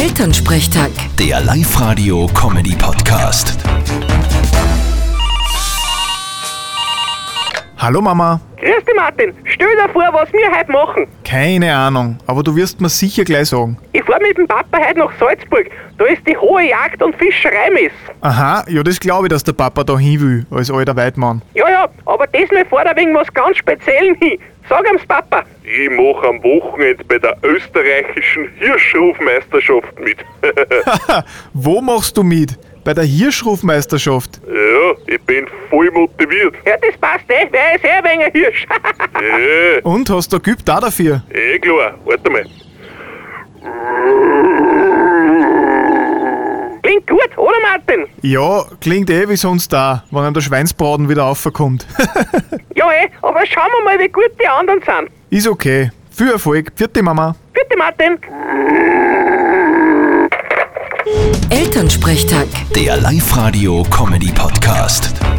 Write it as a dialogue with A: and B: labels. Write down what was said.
A: Elternsprechtag.
B: Der Live-Radio-Comedy-Podcast.
C: Hallo Mama.
D: Grüß dich, Martin. Stell dir vor, was wir heute machen.
C: Keine Ahnung, aber du wirst mir sicher gleich sagen.
D: Ich fahre mit dem Papa heute nach Salzburg. Da ist die hohe Jagd- und Fischereimess.
C: Aha, ja, das glaube ich, dass der Papa da hin will, als alter Weidmann.
D: Ja, ja, aber diesmal fahrt er wegen was ganz Speziellem hin. Sag ihm's, Papa.
E: Ich mache am Wochenende bei der österreichischen Hirschrufmeisterschaft mit.
C: Wo machst du mit? Bei der Hirschrufmeisterschaft.
E: ja, ich bin voll motiviert.
D: Ja, das passt eh. Wer ist eh wegen Hirsch?
E: Ja,
C: Und hast du geübt auch dafür?
E: eh klar. Warte mal.
D: Klingt gut, oder, Martin?
C: Ja, klingt eh wie sonst da, wenn einem der Schweinsbraten wieder aufkommt.
D: Ja, eh, aber schauen wir mal, wie gut die anderen sind.
C: Ist okay. Viel Erfolg. Vierte Mama.
D: Bitte, Martin.
A: Elternsprechtag.
B: Der Live-Radio-Comedy-Podcast.